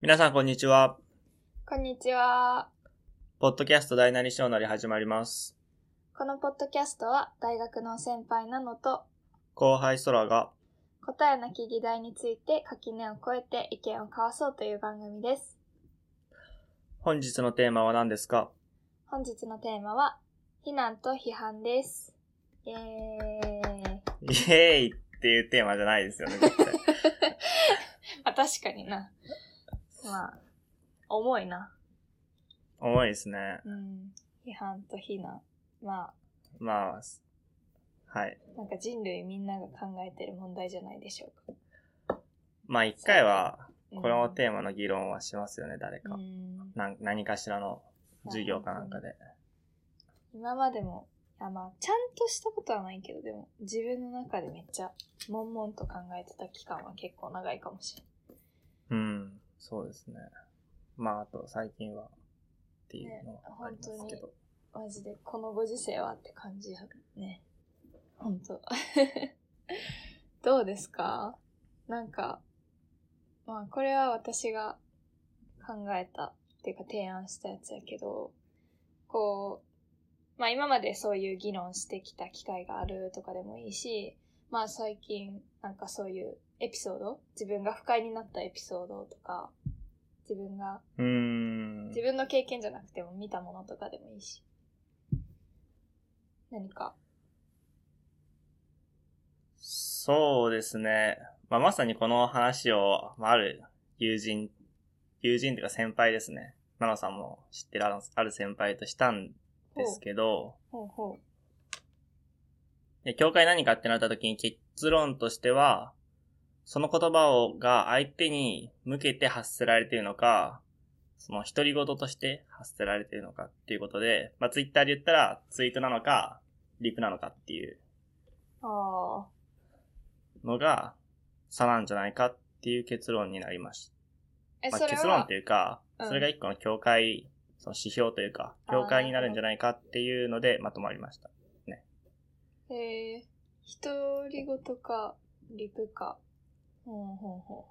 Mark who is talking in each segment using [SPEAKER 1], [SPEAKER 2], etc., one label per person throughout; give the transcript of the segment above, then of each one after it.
[SPEAKER 1] 皆さん、こんにちは。
[SPEAKER 2] こんにちは。
[SPEAKER 1] ポッドキャスト大なり小なり始まります。
[SPEAKER 2] このポッドキャストは大学の先輩なのと
[SPEAKER 1] 後輩空が、
[SPEAKER 2] 答えなき議題について垣根を越えて意見を交わそうという番組です。
[SPEAKER 1] 本日のテーマは何ですか
[SPEAKER 2] 本日のテーマは非難と批判です。イエーイ。
[SPEAKER 1] イエーイっていうテーマじゃないですよね、絶対。
[SPEAKER 2] あ、確かにな。まあ、重いな。
[SPEAKER 1] 重いですね。
[SPEAKER 2] うん。批判と非難。ま
[SPEAKER 1] まあ、はい。
[SPEAKER 2] あ、なんか人類みんなが考えてる問題じゃないでしょうか。
[SPEAKER 1] まあ、一回は、
[SPEAKER 2] うん
[SPEAKER 1] このテーマの議論はしますよね、誰か
[SPEAKER 2] う。ん。
[SPEAKER 1] なん何かしらの授業かなんかで。
[SPEAKER 2] 今までも、あまあ、ちゃんとしたことはないけど、でも、自分の中でめっちゃ、悶々と考えてた期間は結構長いかもしれない。
[SPEAKER 1] うん、そうですね。まあ、あと、最近は、っていうのはありますけど。
[SPEAKER 2] マジで、このご時世はって感じやね。ほんと。どうですかなんか、まあ、これは私が考えた、っていうか提案したやつやけど、こう、まあ今までそういう議論してきた機会があるとかでもいいし、まあ最近なんかそういうエピソード自分が不快になったエピソードとか、自分が
[SPEAKER 1] うーん。
[SPEAKER 2] 自分の経験じゃなくても見たものとかでもいいし。何か。
[SPEAKER 1] そうですね。まあ、まさにこの話を、まあ、ある友人、友人というか先輩ですね。奈々さんも知ってるあのある先輩としたん
[SPEAKER 2] ほ
[SPEAKER 1] です
[SPEAKER 2] う
[SPEAKER 1] けど、
[SPEAKER 2] ほうほ
[SPEAKER 1] いや教会何かってなった時に結論としては、その言葉を、が相手に向けて発せられているのか、その独り言として発せられているのかっていうことで、まあ、ツイッターで言ったらツイートなのか、リプなのかっていう
[SPEAKER 2] う。ああ。
[SPEAKER 1] のが差なんじゃないかっていう結論になりました。
[SPEAKER 2] え、
[SPEAKER 1] まあ、
[SPEAKER 2] それ
[SPEAKER 1] 結論
[SPEAKER 2] は
[SPEAKER 1] と、いうか、
[SPEAKER 2] うん
[SPEAKER 1] それが一個の境界、その指標というか、
[SPEAKER 2] あー
[SPEAKER 1] 境界になるんじゃないかっていうのでまとまりました。
[SPEAKER 2] えー、独り言か、リプか。ほうほうほうほ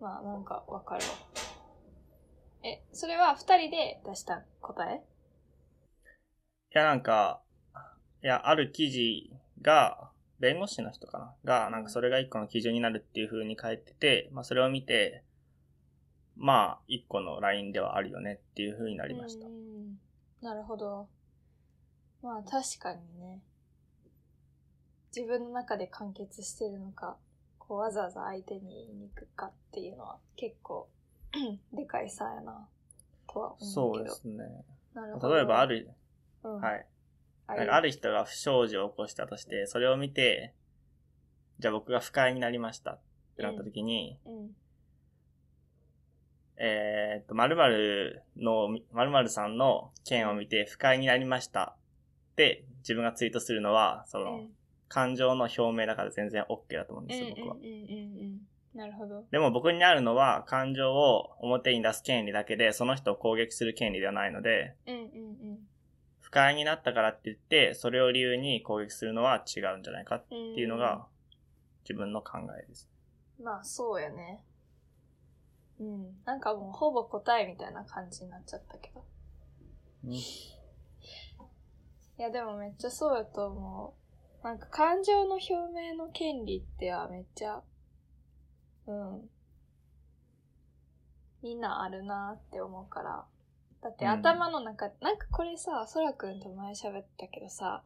[SPEAKER 2] う。まあ、なんかわかるわ。え、それは二人で出した答え
[SPEAKER 1] いや、なんか、いや、ある記事が、弁護士の人かなが、なんかそれが一個の基準になるっていう風に書いてて、まあそれを見て、まあ一個のラインではあるよねっていう風にな
[SPEAKER 2] あ
[SPEAKER 1] りました。
[SPEAKER 2] なるほど。まあ、確かにね。自分の中で完結してるのか、こうわざわざ相手に言いに行くかっていうのは結構 でかい差やな、とは思う
[SPEAKER 1] そ
[SPEAKER 2] け
[SPEAKER 1] う
[SPEAKER 2] ど。
[SPEAKER 1] ですね。
[SPEAKER 2] なるほど。
[SPEAKER 1] 例えばあ、る、
[SPEAKER 2] うん、
[SPEAKER 1] はい。
[SPEAKER 2] あ
[SPEAKER 1] なんかある人が不祥事を起こしたとして、それを見て、じゃあ僕が不快になりましたってなった時に、
[SPEAKER 2] うん。
[SPEAKER 1] えーっと、〇〇の、〇〇さんの件を見て不快になりましたって自分がツイートするのは、その、感情の表明だから全然 OK だと思うん
[SPEAKER 2] う
[SPEAKER 1] で
[SPEAKER 2] ん
[SPEAKER 1] すよ、
[SPEAKER 2] うん
[SPEAKER 1] 僕は。
[SPEAKER 2] うんうんうん。なるほど。
[SPEAKER 1] でも僕にあるのは感情を表に出す権利だけで、その人を攻撃する権利ではないので、
[SPEAKER 2] うんうんうん。
[SPEAKER 1] 不快になったからって言って、それを理由に攻撃するのは違うんじゃないかっ
[SPEAKER 2] って
[SPEAKER 1] ていうのが、自分の考えです。
[SPEAKER 2] まあそうやね。うん。なんかもうほぼ答えみたいな感じになっちゃったけど。
[SPEAKER 1] うん
[SPEAKER 2] いやでもめっちゃそうやと思う。なんか感情の表明の権利ってはめっちゃ、うん。みんなあるなって思うから。だって
[SPEAKER 1] うん
[SPEAKER 2] 頭の中、なんかこれさ、そらくんと前喋ったけどさ、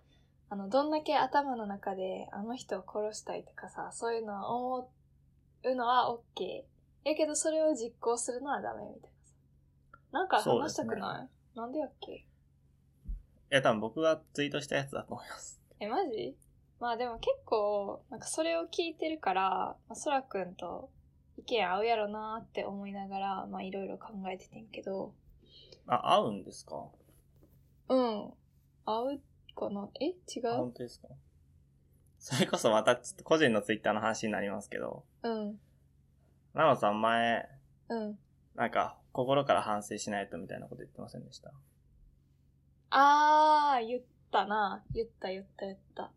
[SPEAKER 2] あの、どんだけ頭の中であの人を殺したいとかさ、そういうのは思うのは OK。やけどそれを実行するのはダメみたいなさ。なんか話したくない、なんでやっけ
[SPEAKER 1] いや、多分僕がツイートしたやつだと思います。
[SPEAKER 2] え、マジまあでも結構、なんかそれを聞いてるから、まあそらくんと意見合うやろなーって思いながら、まあいろいろ考えててんけど、
[SPEAKER 1] あ、合うんですか
[SPEAKER 2] うん。合うかなえ違
[SPEAKER 1] あ
[SPEAKER 2] う
[SPEAKER 1] 本当ですかそれこそまたちょっと個人のツイッターの話になりますけど、
[SPEAKER 2] うん。
[SPEAKER 1] 奈良さん前、
[SPEAKER 2] うん。
[SPEAKER 1] なんか心から反省しないとみたいなこと言ってませんでした。
[SPEAKER 2] あー、言ったな。言った言った言った。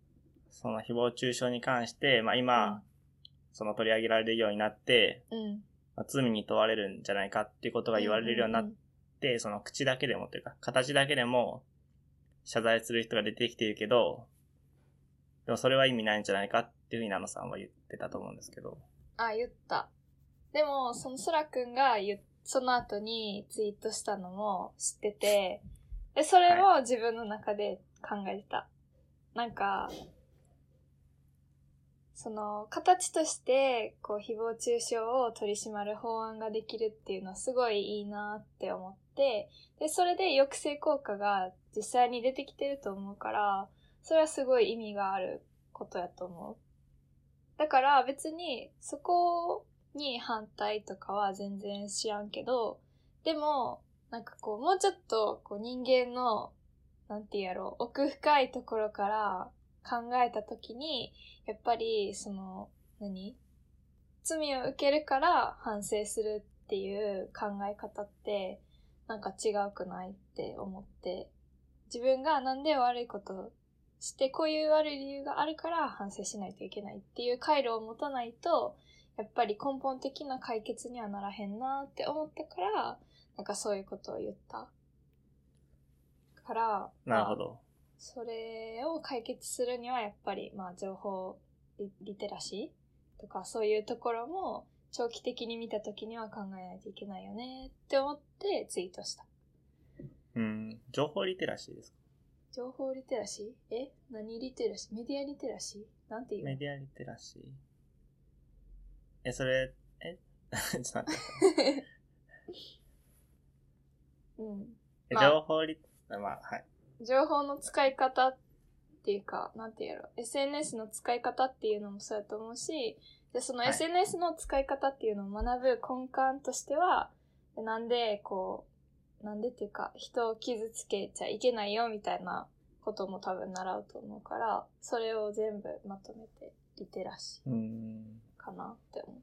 [SPEAKER 1] その誹謗中傷に関して、まあ今、
[SPEAKER 2] うん
[SPEAKER 1] その取り上げられるようになって、
[SPEAKER 2] うん。
[SPEAKER 1] まあ罪に問われるんじゃないかっていうことが言われるようになっ
[SPEAKER 2] んん
[SPEAKER 1] て、その口だけでもというか、形だけでも謝罪する人が出てきているけど、でもそれは意味ないんじゃないかっていうふうにナノさんは言ってたと思うんですけど。
[SPEAKER 2] うんあ、言った。でも、そのそらくんが言っその後にツイートしたのも知ってて、で、それも自分の中で考えてた。なんか、その、形として、こう、誹謗中傷を取り締まる法案ができるっていうのはすごいいいなって思って、で、それで抑制効果が実際に出てきてると思うから、それはすごい意味があることやと思う。だから別にそこに反対とかは全然知らんけど、でも、なんかこう、もうちょっとこう人間の、なんて言うやろう、奥深いところから考えたときに、やっぱりその、何罪を受けるから反省するっていう考え方って、なんか違うくないって思って、自分がなんで悪いことをして、こういう悪い理由があるから反省しないといけないっていう回路を持たないと、やっぱり根本的な解決にはならへんなって思ったから、なんかそういうことを言った。から、
[SPEAKER 1] なる
[SPEAKER 2] まあ
[SPEAKER 1] ほど。
[SPEAKER 2] それを解決するにはやっぱり、まあ、情報リリテラシーとかそういうところも長期的に見た時には考えないといけないよねって思ってツイートした。
[SPEAKER 1] うん。情報リテラシーですか
[SPEAKER 2] 情報リテラシーえ何リテラシーメディアリテラシーなんていうの
[SPEAKER 1] メディアリテラシー。え、それ、え ちょっと待って。
[SPEAKER 2] うん。
[SPEAKER 1] え
[SPEAKER 2] まあ
[SPEAKER 1] 情報リ、まあ、はい。
[SPEAKER 2] 情報の使い方っていうか、なんて言うやろ、SNS の使い方っていうのもそうやと思うし、でその
[SPEAKER 1] はい
[SPEAKER 2] SNS の使い方っていうのを学ぶ根幹としては、なんでこう、なんでっていうか、人を傷つけちゃいけないよみたいなことも多分習うと思うから、それを全部まとめてリテラシ
[SPEAKER 1] うん。
[SPEAKER 2] ーかなって 思う。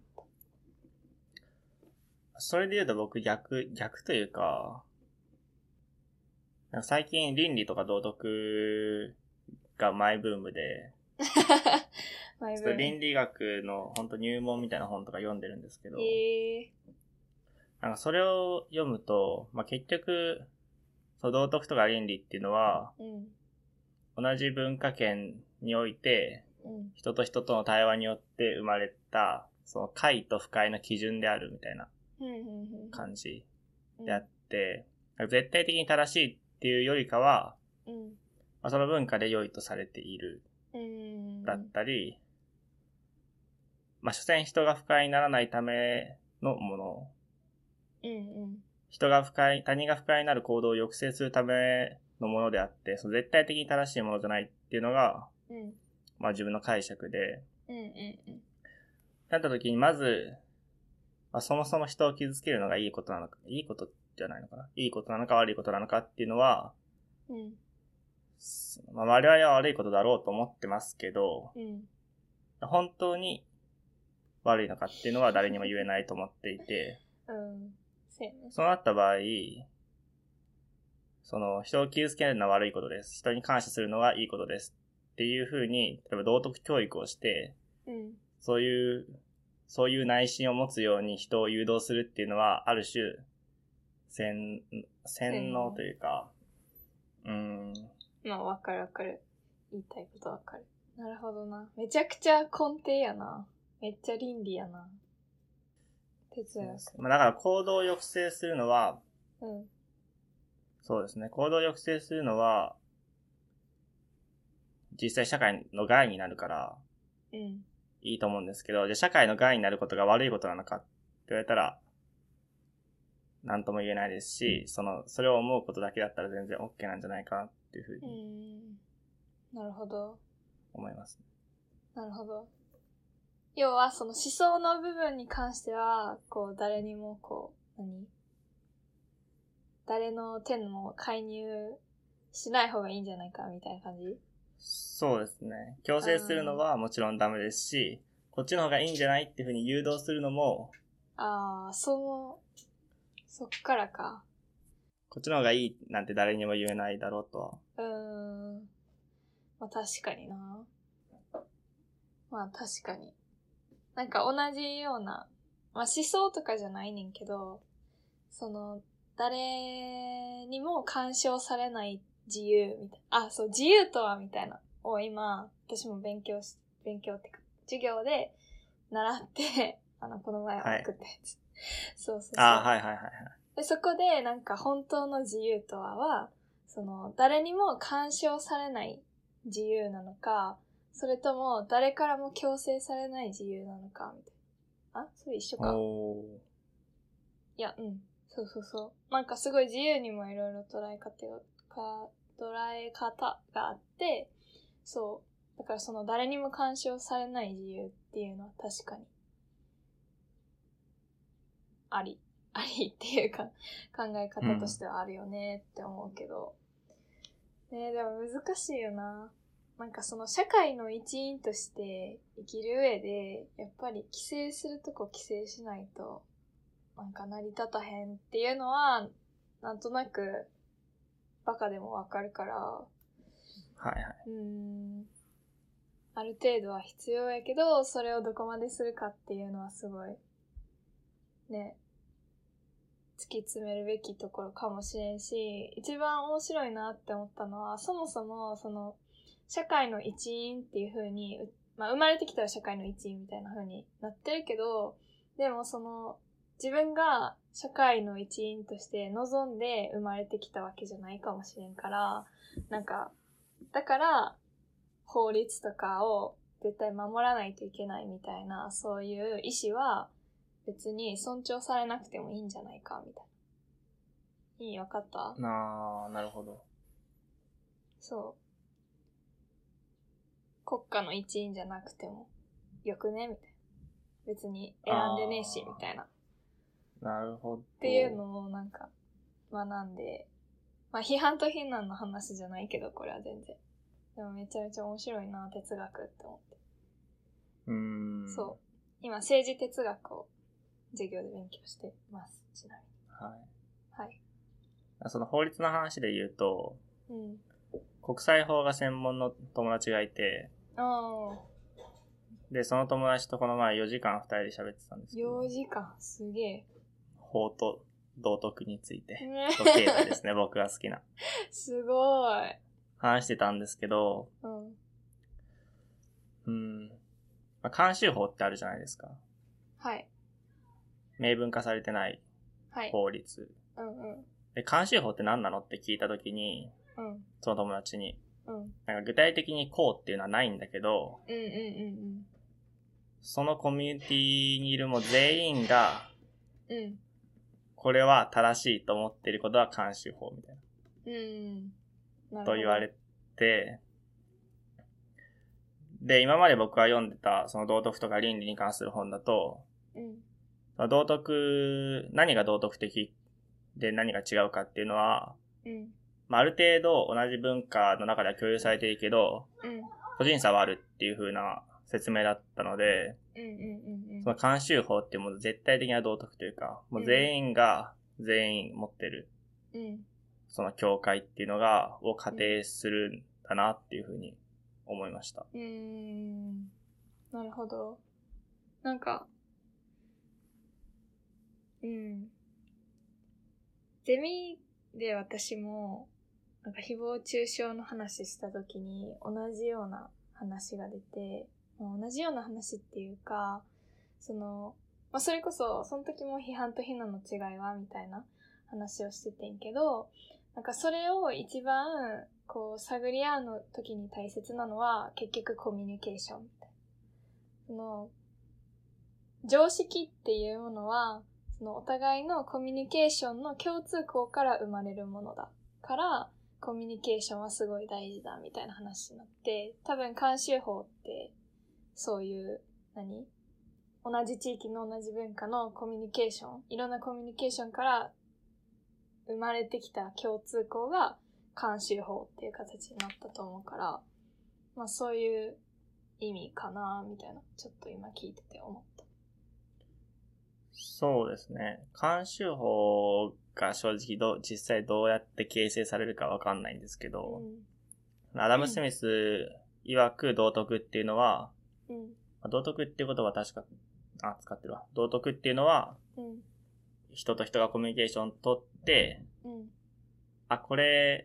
[SPEAKER 1] それで言うと僕逆、逆というか、なんか最近倫理とか道徳がマイブームで、
[SPEAKER 2] マイ
[SPEAKER 1] ちょ
[SPEAKER 2] ブ
[SPEAKER 1] っと
[SPEAKER 2] ーム。
[SPEAKER 1] 倫理学の本当入門みたいな本とか読んでるんですけど、
[SPEAKER 2] え
[SPEAKER 1] なんかそれを読むと、まあ、結局、その道徳とか倫理っていうのは、
[SPEAKER 2] ー、うん、
[SPEAKER 1] 同じ文化圏において、
[SPEAKER 2] うん、
[SPEAKER 1] 人と人との対話によって生まれた、その快と不快の基準であるみたいな
[SPEAKER 2] うん、うん、
[SPEAKER 1] 感じ
[SPEAKER 2] うん。
[SPEAKER 1] であって、絶対的に正しいっていうよりかは、
[SPEAKER 2] うん、
[SPEAKER 1] まあ、その文化で良いとされている
[SPEAKER 2] うん。
[SPEAKER 1] だったり、まあ、所詮人が不快にならないためのもの、
[SPEAKER 2] うん、うん。
[SPEAKER 1] 人が不快、他人が不快になる行動を抑制するためのものであって、その絶対的に正しいものじゃないっていうのが、
[SPEAKER 2] うん
[SPEAKER 1] まあ自分の解釈で、
[SPEAKER 2] うんうんうん。
[SPEAKER 1] なった時にまず、まあ、そもそも人を傷つけるのがいいことなのか、いいことじゃないのかな、いいことなのか悪いことなのかっていうのは、
[SPEAKER 2] うん
[SPEAKER 1] そまあ、我々は悪いことだろうと思ってますけど、
[SPEAKER 2] うん
[SPEAKER 1] 本当に悪いのかっていうのは誰にも言えないと思っていて、
[SPEAKER 2] うん。そうやね。
[SPEAKER 1] そうなった場合、その、人を傷つけるのは悪いことです。人に感謝するのはいいことです。っていう風に、例えば道徳教育をして、
[SPEAKER 2] うん。
[SPEAKER 1] そういう、そういう内心を持つように人を誘導するっていうのは、ある種、洗、洗脳というか、うん、
[SPEAKER 2] まあ、わかるわかる。言いたいことわかる。なるほどな。めちゃくちゃ根底やな。めっちゃ倫理やな。哲学。
[SPEAKER 1] まあ、だから行動を抑制するのは、
[SPEAKER 2] うん。
[SPEAKER 1] そうですね。行動を抑制するのは、実際社会の害になるから、
[SPEAKER 2] うん。
[SPEAKER 1] いいと思うんですけど、じゃあ社会の害になることが悪いことなのかって言われたら、なんとも言えないですし、その、それを思うことだけだったら全然 OK なんじゃないかなっていうふう
[SPEAKER 2] う
[SPEAKER 1] に
[SPEAKER 2] ん。なるほど。
[SPEAKER 1] 思います。
[SPEAKER 2] なるほど。要は、その思想の部分に関しては、こう、誰にも、こう、何誰の手にも介入しない方がいいんじゃないか、みたいな感じ
[SPEAKER 1] そうですね。強制するのはもちろんダメですし、こっちの方がいいんじゃないっていうふうに誘導するのも、
[SPEAKER 2] ああ、そう、そっからか。
[SPEAKER 1] こっちの方がいいなんて誰にも言えないだろうとは。
[SPEAKER 2] うーん。まあ確かにな。まあ確かに。なんか同じようなまあ思想とかじゃないねんけど、その、誰にも干渉されない自由みたいな、あ、そう、自由とはみたいな、を今、私も勉強し、勉強ってか、授業で習って、 あの、この前
[SPEAKER 1] はい
[SPEAKER 2] 送ったやつ。そうそうそう。
[SPEAKER 1] あーはいはいはいはい。
[SPEAKER 2] でそこでなんか本当の自由とははその誰にも干渉されない自由なのかそれとも誰からも強制されない自由なのかみたいなあそれ一緒か
[SPEAKER 1] おー。
[SPEAKER 2] いやうんそうそうそうなんかすごい自由にもいろいろ捉え方がか捉え方があってそうだからその誰にも干渉されない自由っていうのは確かにあり ありっていうか考え方としてはあるよねって思うけど、ねえでも難しいよななんかその社会の一員として生きる上でやっぱり規制するとこ規制しないとなんか成り立たへんっていうのはなんとなくバカでもわかるから
[SPEAKER 1] はいはい。
[SPEAKER 2] うーんある程度は必要やけど、それをどこまでするかっていうのはすごい、ね、突き詰めるべきところかもしれんし、一番面白いなって思ったのは、そもそも、その、社会の一員っていう風に、うまあ、生まれてきたら社会の一員みたいな風になってるけど、でもその、自分が社会の一員として望んで生まれてきたわけじゃないかもしれんから、なんか、だから、法律とかを絶対守らないといけないみたいな、そういう意思は別に尊重されなくてもいいんじゃないか、みたいな。いい、わかった
[SPEAKER 1] なあ、なるほど。
[SPEAKER 2] そう。国家の一員じゃなくてもよくねみたいな。別に選んでねえし、
[SPEAKER 1] あー
[SPEAKER 2] みたいな。っ
[SPEAKER 1] なるほど。って
[SPEAKER 2] いうのをなんか学んで、まあ批判と非難の話じゃないけど、これは全然。でもめちゃめちゃ面白いな、哲学って思って。
[SPEAKER 1] うーん。
[SPEAKER 2] そう今、政治哲学を授業で勉強してます、ちなみに。
[SPEAKER 1] は
[SPEAKER 2] はい。
[SPEAKER 1] い。その法律の話で言うと、
[SPEAKER 2] うん。
[SPEAKER 1] 国際法が専門の友達がいて、
[SPEAKER 2] あ
[SPEAKER 1] で、その友達とこの前4時間2人で喋ってたんです
[SPEAKER 2] あ、
[SPEAKER 1] けど
[SPEAKER 2] 4、時間、すげえ。
[SPEAKER 1] 法と道徳について、
[SPEAKER 2] ね
[SPEAKER 1] と経済ですね、僕が好きな。
[SPEAKER 2] すごい。
[SPEAKER 1] 話してたんですけど、
[SPEAKER 2] うん。
[SPEAKER 1] うん。まあ、監修法ってあるじゃないですか。
[SPEAKER 2] はい。
[SPEAKER 1] 明文化されてない
[SPEAKER 2] はい。
[SPEAKER 1] 法律。
[SPEAKER 2] うんうん。
[SPEAKER 1] で、監修法って何なのって聞いたときに、
[SPEAKER 2] うん。
[SPEAKER 1] その友達に、
[SPEAKER 2] うん。うん
[SPEAKER 1] なんか具体的にこうっていうのはないんだけど、
[SPEAKER 2] うんうん
[SPEAKER 1] そのコミュニティにいるもう全員が、
[SPEAKER 2] うん。うん。
[SPEAKER 1] これは正しいと思っていることは監修法みたい
[SPEAKER 2] うん。
[SPEAKER 1] な
[SPEAKER 2] なる
[SPEAKER 1] と言われて、で、今まで僕が読んでた、その道徳とか倫理に関する本だと、
[SPEAKER 2] ほど。うん。
[SPEAKER 1] 道徳、何が道徳的で何が違うかっていうのは、
[SPEAKER 2] うん。
[SPEAKER 1] まあ、ある程度同じ文化の中では共有されているけど、
[SPEAKER 2] うん。
[SPEAKER 1] 個人差はあるっていう風な説明だったので、
[SPEAKER 2] うんうんうんうん
[SPEAKER 1] その慣習法ってもう絶対的な道徳というか、もう全員が全員持ってる、
[SPEAKER 2] うん。
[SPEAKER 1] その教会っていうのが、を仮定するんだなっていう風に思いました。
[SPEAKER 2] うーん。なるほど。なんか、うん。ゼミで私も、なんか誹謗中傷の話した時に同じような話が出て、まあ同じような話っていうか、その、まあ、それこそ、その時も批判と非難の違いは、みたいな話をしててんけど、なんかそれを一番こう探り合うの時に大切なのは結局コミュニケーションみたいな。その常識っていうものはそのお互いのコミュニケーションの共通項から生まれるものだからコミュニケーションはすごい大事だみたいな話になって多分慣習法ってそういう何同じ地域の同じ文化のコミュニケーションいろんなコミュニケーションから生まれてきた共通項が慣習法っていう形になったと思うから、まあそういう意味かな、みたいな、ちょっと今聞いてて思った。
[SPEAKER 1] そうですね。慣習法が正直どう、実際どうやって形成されるかわかんないんですけど、
[SPEAKER 2] う
[SPEAKER 1] アダム・スミス曰く道徳っていうのは、
[SPEAKER 2] ん。うん。
[SPEAKER 1] 道徳っていうことは確かあ、使ってるわ。道徳っていうのは、
[SPEAKER 2] うん。
[SPEAKER 1] 人と人がコミュニケーション取って、
[SPEAKER 2] うん。
[SPEAKER 1] あ、これ、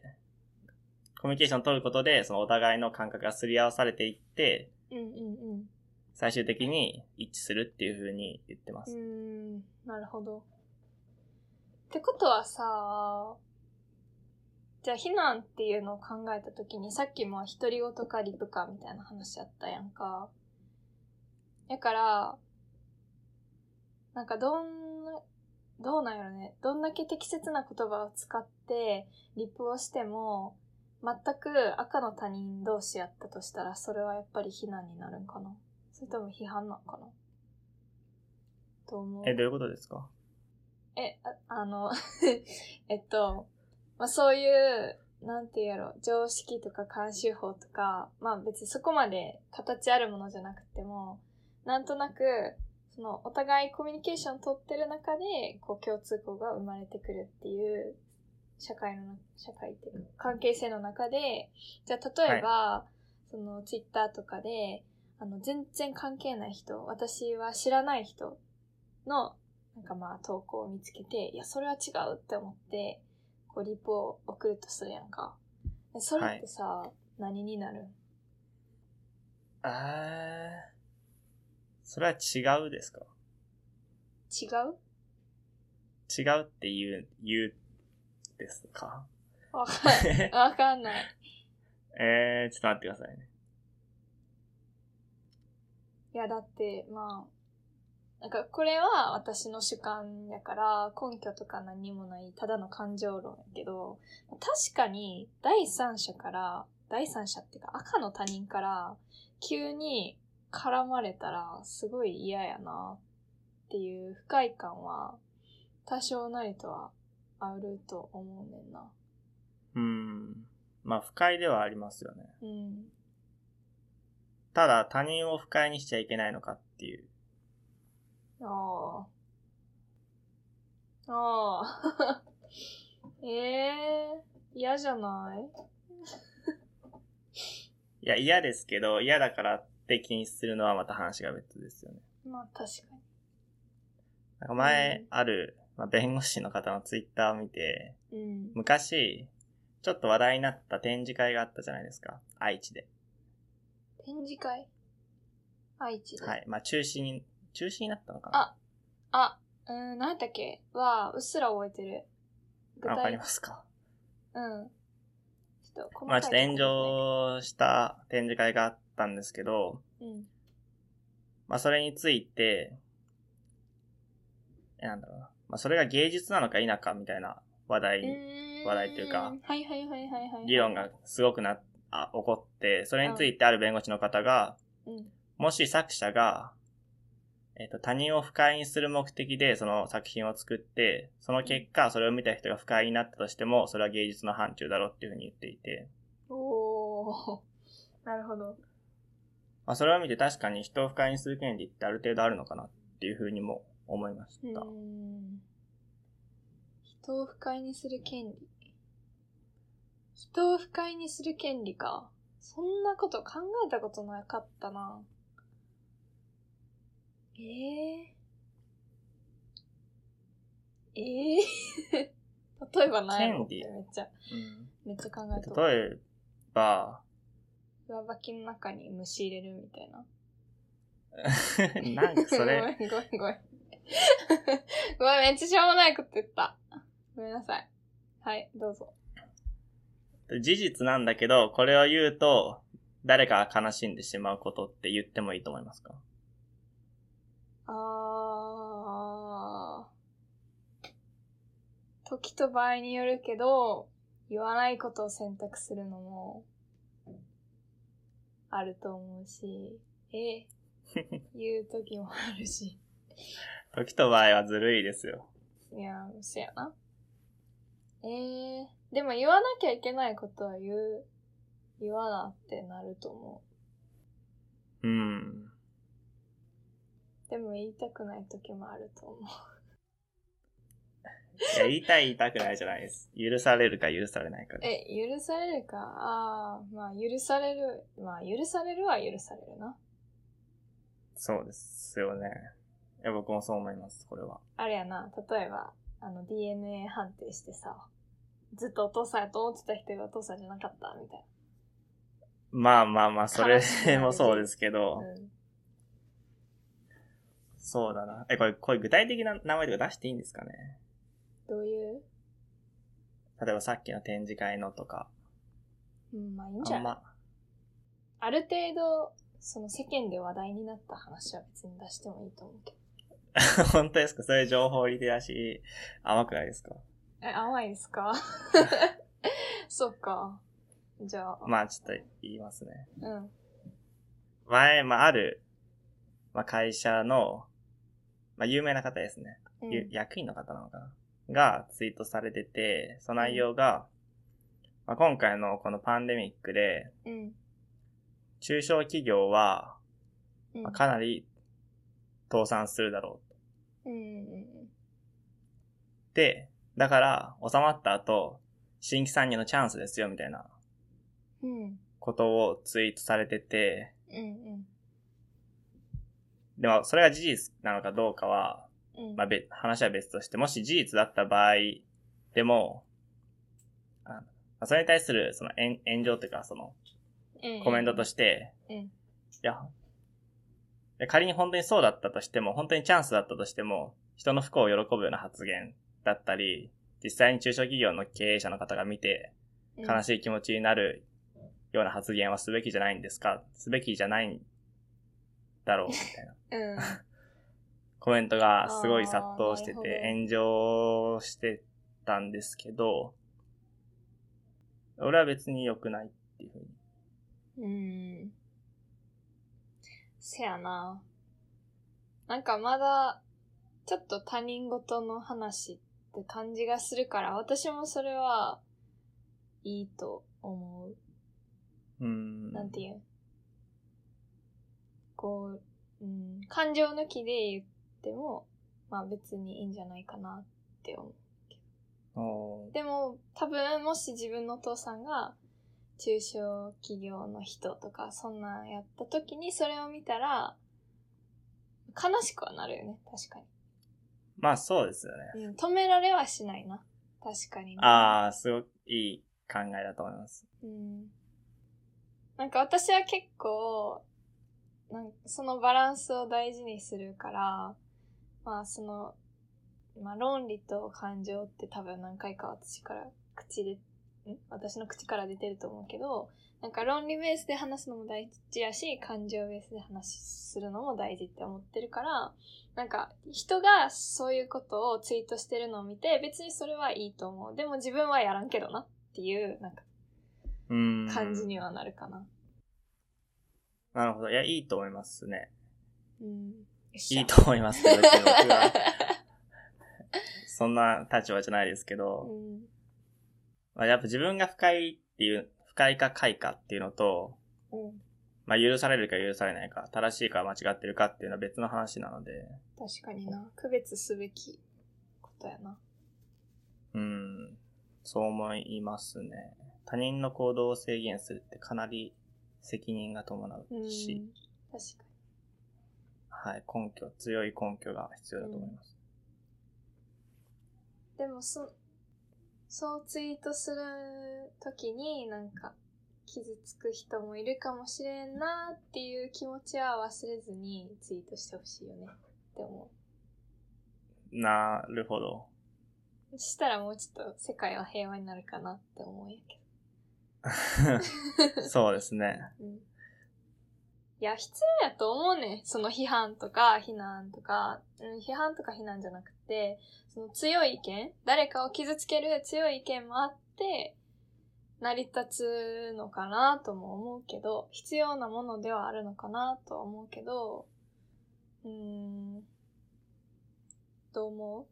[SPEAKER 1] コミュニケーション取ることで、そのお互いの感覚がすり合わされていって、
[SPEAKER 2] うんうんうん。
[SPEAKER 1] 最終的に一致するっていう風に言ってま
[SPEAKER 2] う
[SPEAKER 1] す。
[SPEAKER 2] ーん、なるほど。ってことはさ、じゃあ避難っていうのを考えたときに、さっきも独り言かリプかみたいな話あったやんか。だから、なんかどんな、どうなんやろね。どんだけ適切な言葉を使ってリプをしても、全く赤の他人同士やったとしたら、それはやっぱり非難になるんかなそれとも批判なんかなと思う。
[SPEAKER 1] え、どういうことですか
[SPEAKER 2] え、ああの、 えっと、まあ、そういう、なんて言うやろ、常識とか慣習法とか、まあ別にそこまで形あるものじゃなくても、なんとなく、その、お互いコミュニケーション取ってる中で、こう共通項が生まれてくるっていう、社会のな、社会っていうか、関係性の中で、じゃあ例えば、その、ツイッターとかで、あの、全然関係ない人、私は知らない人の、なんかまあ投稿を見つけて、いや、それは違うって思って、こうリプを送るとするやんか。でそれってさ、何になる
[SPEAKER 1] あー、それは違うですか
[SPEAKER 2] 違う
[SPEAKER 1] 違うって言う、言うですか
[SPEAKER 2] わかんない。わかんない。
[SPEAKER 1] えー、ちょっと待ってくださいね。
[SPEAKER 2] いや、だって、まあ、なんかこれは私の主観やから、根拠とか何もない、ただの感情論やけど、確かに第三者から、第三者っていうか赤の他人から、急に絡まれたら、すごい嫌やな、っていう不快感は、多少なりとは、あると思うねんな。
[SPEAKER 1] うーん。まあ、不快ではありますよね。
[SPEAKER 2] うん。
[SPEAKER 1] ただ、他人を不快にしちゃいけないのかっていう。
[SPEAKER 2] ああ。ああ。え え嫌じゃない
[SPEAKER 1] いや、嫌ですけど、嫌だからって気にするのはまた話が別ですよね。
[SPEAKER 2] まあ確かに。
[SPEAKER 1] なんか前
[SPEAKER 2] うん
[SPEAKER 1] ある、まあ、弁護士の方のツイッターを見て、
[SPEAKER 2] うん。
[SPEAKER 1] 昔、ちょっと話題になった展示会があったじゃないですか。愛知で。
[SPEAKER 2] 展示会愛知で。
[SPEAKER 1] はい。まあ、中止に、中止になったのかな
[SPEAKER 2] あ、あ、うーん、何やったっけは、うっすら覚えてる。具
[SPEAKER 1] あわかり
[SPEAKER 2] 体
[SPEAKER 1] ま、すか。
[SPEAKER 2] うん。ちょっと細かいとこ
[SPEAKER 1] まあ、ちょっと炎
[SPEAKER 2] ろ
[SPEAKER 1] 上した展示会があったんですけど、
[SPEAKER 2] ですね。
[SPEAKER 1] まあ、それについて、えなんだろうな。まあ、それが芸術なのか否かみたいな話題
[SPEAKER 2] うん。うーん
[SPEAKER 1] 話題というか
[SPEAKER 2] はいはいはいはいはい。
[SPEAKER 1] 議論がすごくな、あ、起こって、それについてある弁護士の方が、
[SPEAKER 2] うん。
[SPEAKER 1] もし作者が、えっ、と、他人を不快にする目的でその作品を作って、その結果、それを見た人が不快になったとしても、それは芸術の範疇だろうっていうふうに言っていて、
[SPEAKER 2] おー。 なるほど。
[SPEAKER 1] まあ、それを見て確かに人を不快にする権利ってある程度あるのかなっていうふうにも思いまし
[SPEAKER 2] う
[SPEAKER 1] た。
[SPEAKER 2] ーん人を不快にする権利。人を不快にする権利か。そんなこと考えたことなかったな。ええええ 例えばないやろっ
[SPEAKER 1] 権
[SPEAKER 2] て
[SPEAKER 1] 利
[SPEAKER 2] めっちゃ、
[SPEAKER 1] うん
[SPEAKER 2] めっちゃ考えた。
[SPEAKER 1] 例え ば、
[SPEAKER 2] 上履きの中に虫入れるみたいな。
[SPEAKER 1] なんかそ
[SPEAKER 2] ご
[SPEAKER 1] れ、
[SPEAKER 2] めんごめんごめん。ごめん、めっちゃしょうもないこと言った。ごめんなさい。はい、どうぞ。
[SPEAKER 1] 事実なんだけど、これを言うと、誰かが悲しんでしまうことって言ってもいいと思いますか
[SPEAKER 2] あー。時と場合によるけど、言わないことを選択するのも、あると思うし、 え、言う時もあるし。
[SPEAKER 1] 時と場合はずるいですよ。
[SPEAKER 2] いやー、そやな。ええー、でも言わなきゃいけないことは言う、言わなってなると思
[SPEAKER 1] うん。
[SPEAKER 2] う。でも言いたくない時もあると思う。
[SPEAKER 1] いや、言いたい言いたくないじゃないです。許されるか許されないかです。
[SPEAKER 2] え、許されるかああ、まあ許される、まあ許されるは許されるな。
[SPEAKER 1] そうですよね。いや、僕もそう思います、これは。
[SPEAKER 2] あれやな、例えば、あの DNA 判定してさ、ずっとお父さんやと思ってた人がお父さんじゃなかったみたい
[SPEAKER 1] まあまあまあ、それ
[SPEAKER 2] 悲しい感じ
[SPEAKER 1] もそうですけど、
[SPEAKER 2] な。うん。
[SPEAKER 1] そうだな。え、これ、これ具体的な名前とか出していいんですかね
[SPEAKER 2] どういう
[SPEAKER 1] 例えばさっきの展示会のとか。
[SPEAKER 2] うん、まあいいんじ
[SPEAKER 1] あ
[SPEAKER 2] ゃ
[SPEAKER 1] ん
[SPEAKER 2] ない
[SPEAKER 1] ま、
[SPEAKER 2] ある程度、その世間で話題になった話は別に出してもいいと思うけど。
[SPEAKER 1] 本当ですかそういう情報リテラシー甘くないですか
[SPEAKER 2] え、甘いですか そっか。じゃあ、
[SPEAKER 1] まあ、ちょっと言いますね。
[SPEAKER 2] うん。
[SPEAKER 1] 前、まあ、ある、まあ、会社の、まあ、有名な方ですね。
[SPEAKER 2] うん
[SPEAKER 1] ゆ役員の方なのかながツイートされてて、その内容が、まあ、今回のこのパンデミックで、
[SPEAKER 2] うん。
[SPEAKER 1] 中小企業は、
[SPEAKER 2] うん
[SPEAKER 1] まあ、かなり倒産するだろうっ
[SPEAKER 2] うんうん
[SPEAKER 1] て、だから、収まった後、新規参入のチャンスですよ、みたいな
[SPEAKER 2] うん。うん。
[SPEAKER 1] ことをツイートされてて、
[SPEAKER 2] うん
[SPEAKER 1] でも、それが事実なのかどうかは、
[SPEAKER 2] うん。うん。
[SPEAKER 1] まあ、べ、話は別として、もし事実だった場合でも、あまあそれに対する、その、炎炎上というか、その、コメントと
[SPEAKER 2] し
[SPEAKER 1] して、
[SPEAKER 2] うん
[SPEAKER 1] いや、いや仮に本当にそうだったとしても、本当にチャンスだったとしても、人の不幸を喜ぶような発言だったり、実際に中小企業の経営者の方が見て、
[SPEAKER 2] て
[SPEAKER 1] 悲
[SPEAKER 2] い。
[SPEAKER 1] しい気持ちになるような発言はすべきじゃないんですかすべきじゃないんだろう、みたい な。
[SPEAKER 2] うん。
[SPEAKER 1] コメントがすごい殺到して
[SPEAKER 2] あーなる
[SPEAKER 1] て、炎上してたんですけど、俺は別に良くないっていうふうに。
[SPEAKER 2] うん。せやな。なんかまだ、ちょっと他人事の話って感じがするから、私もそれは、いいと思う。
[SPEAKER 1] うーん。
[SPEAKER 2] なんていうんこう、うん、感情抜きで言っても、まあ別にいいんじゃないかなって思う。
[SPEAKER 1] おー
[SPEAKER 2] でも多分もし自分のお父さんが中小企業の人とかそんなんやった時にそれを見たら悲しくはなるよね確か
[SPEAKER 1] まあそうですよね。
[SPEAKER 2] に、うん、止められはしないな確かにね
[SPEAKER 1] ああ、すごくいい考えだと思います。
[SPEAKER 2] うんなんか私は結構なんそのバランスを大事にするからまあその、まあ、論理と感情って多分何回か私から口でん私の口から出てると思うけどなんか論理ベースで話すのも大事やし感情ベースで話するのも大事って思ってるからなんか人がそういうことをツイートしてるのを見て別にそれはいいと思うでも自分はやらんけどなっていうなんか
[SPEAKER 1] うーん。
[SPEAKER 2] 感じに。はなるかな。
[SPEAKER 1] なるほど。いや、いいと思いますね。
[SPEAKER 2] うん。い
[SPEAKER 1] いいと思いますけど、別に僕はそんな立場じゃないですけ
[SPEAKER 2] う
[SPEAKER 1] ど、
[SPEAKER 2] ん。
[SPEAKER 1] まあ、やっぱ自分が不快っていう、不快か快かっていうのと、
[SPEAKER 2] うん。
[SPEAKER 1] まあ、許されるか許されないか、正しいか間違ってるかっていうのは別の話なので、
[SPEAKER 2] 確かにな。区別すべきことやな。
[SPEAKER 1] うん、そう思いますね。他人の行動を制限するってかなり責任が伴
[SPEAKER 2] うん。
[SPEAKER 1] うし、
[SPEAKER 2] 確か
[SPEAKER 1] はい、根拠、強い根拠が必要だと思います。
[SPEAKER 2] に。でも、そ、そうツイートするときになんか、傷つく人もいるかもしれんなっていう気持ちは忘れずにツイートしてほしいよねって思
[SPEAKER 1] なるほど。
[SPEAKER 2] う。そしたらもうちょっと世界は平和になるかなって思うんやけど。
[SPEAKER 1] そうですね。
[SPEAKER 2] うんいや、必要やと思うねん。その批判とか、非難とか、うん、批判とか非難じゃなくて、その強い意見、誰かを傷つける強い意見もあって、成り立つのかなとも思うけど、必要なものではあるのかなとは思うけど、うーん、どう思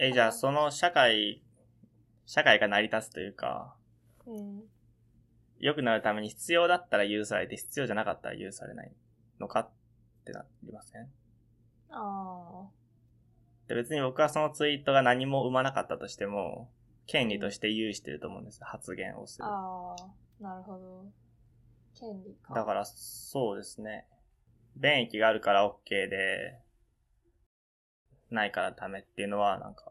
[SPEAKER 1] え、じゃあその社会、社会が成り立つというか、
[SPEAKER 2] ううん。
[SPEAKER 1] 良くなるために必要だったら許されて、必要じゃなかったら許されないのかってなりません
[SPEAKER 2] ああ、
[SPEAKER 1] で別に僕はそのツイートが何も生まなかったとしても、権利として有してると思うんですよ、発言をする。
[SPEAKER 2] ああ、なるほど。権利か。
[SPEAKER 1] だから、そうですね。便益があるから OK で、ないからダメっていうのは、なんか、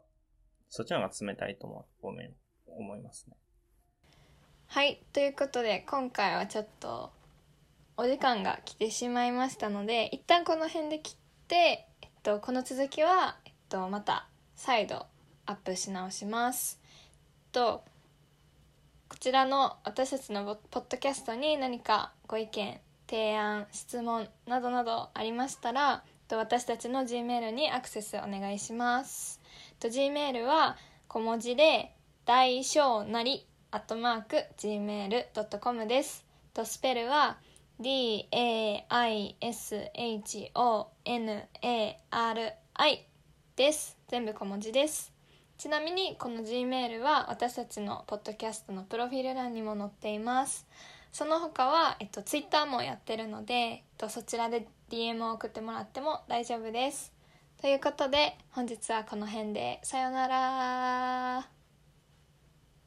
[SPEAKER 1] そっちの方が冷たいと思う、ごめん、思いますね。
[SPEAKER 2] はい、ということで今回はちょっとお時間が来てしまいましたので一旦この辺で切って、えっと、この続きは、えっと、また再度アップし直します。えっとこちらの私たちのボポッドキャストに何かご意見提案質問などなどありましたらえっと私たちの G メールにアクセスお願いします。えっと G メールは小文字で大小なりアットマーク gmail.com です。とスペルは daishonari です。全部小文字です。ちなみにこの G メールは私たちのポッドキャストのプロフィール欄にも載っています。その他は、えっと、Twitter もやってるので、えっと、そちらで DM を送ってもらっても大丈夫です。ということで本日はこの辺でさようなら。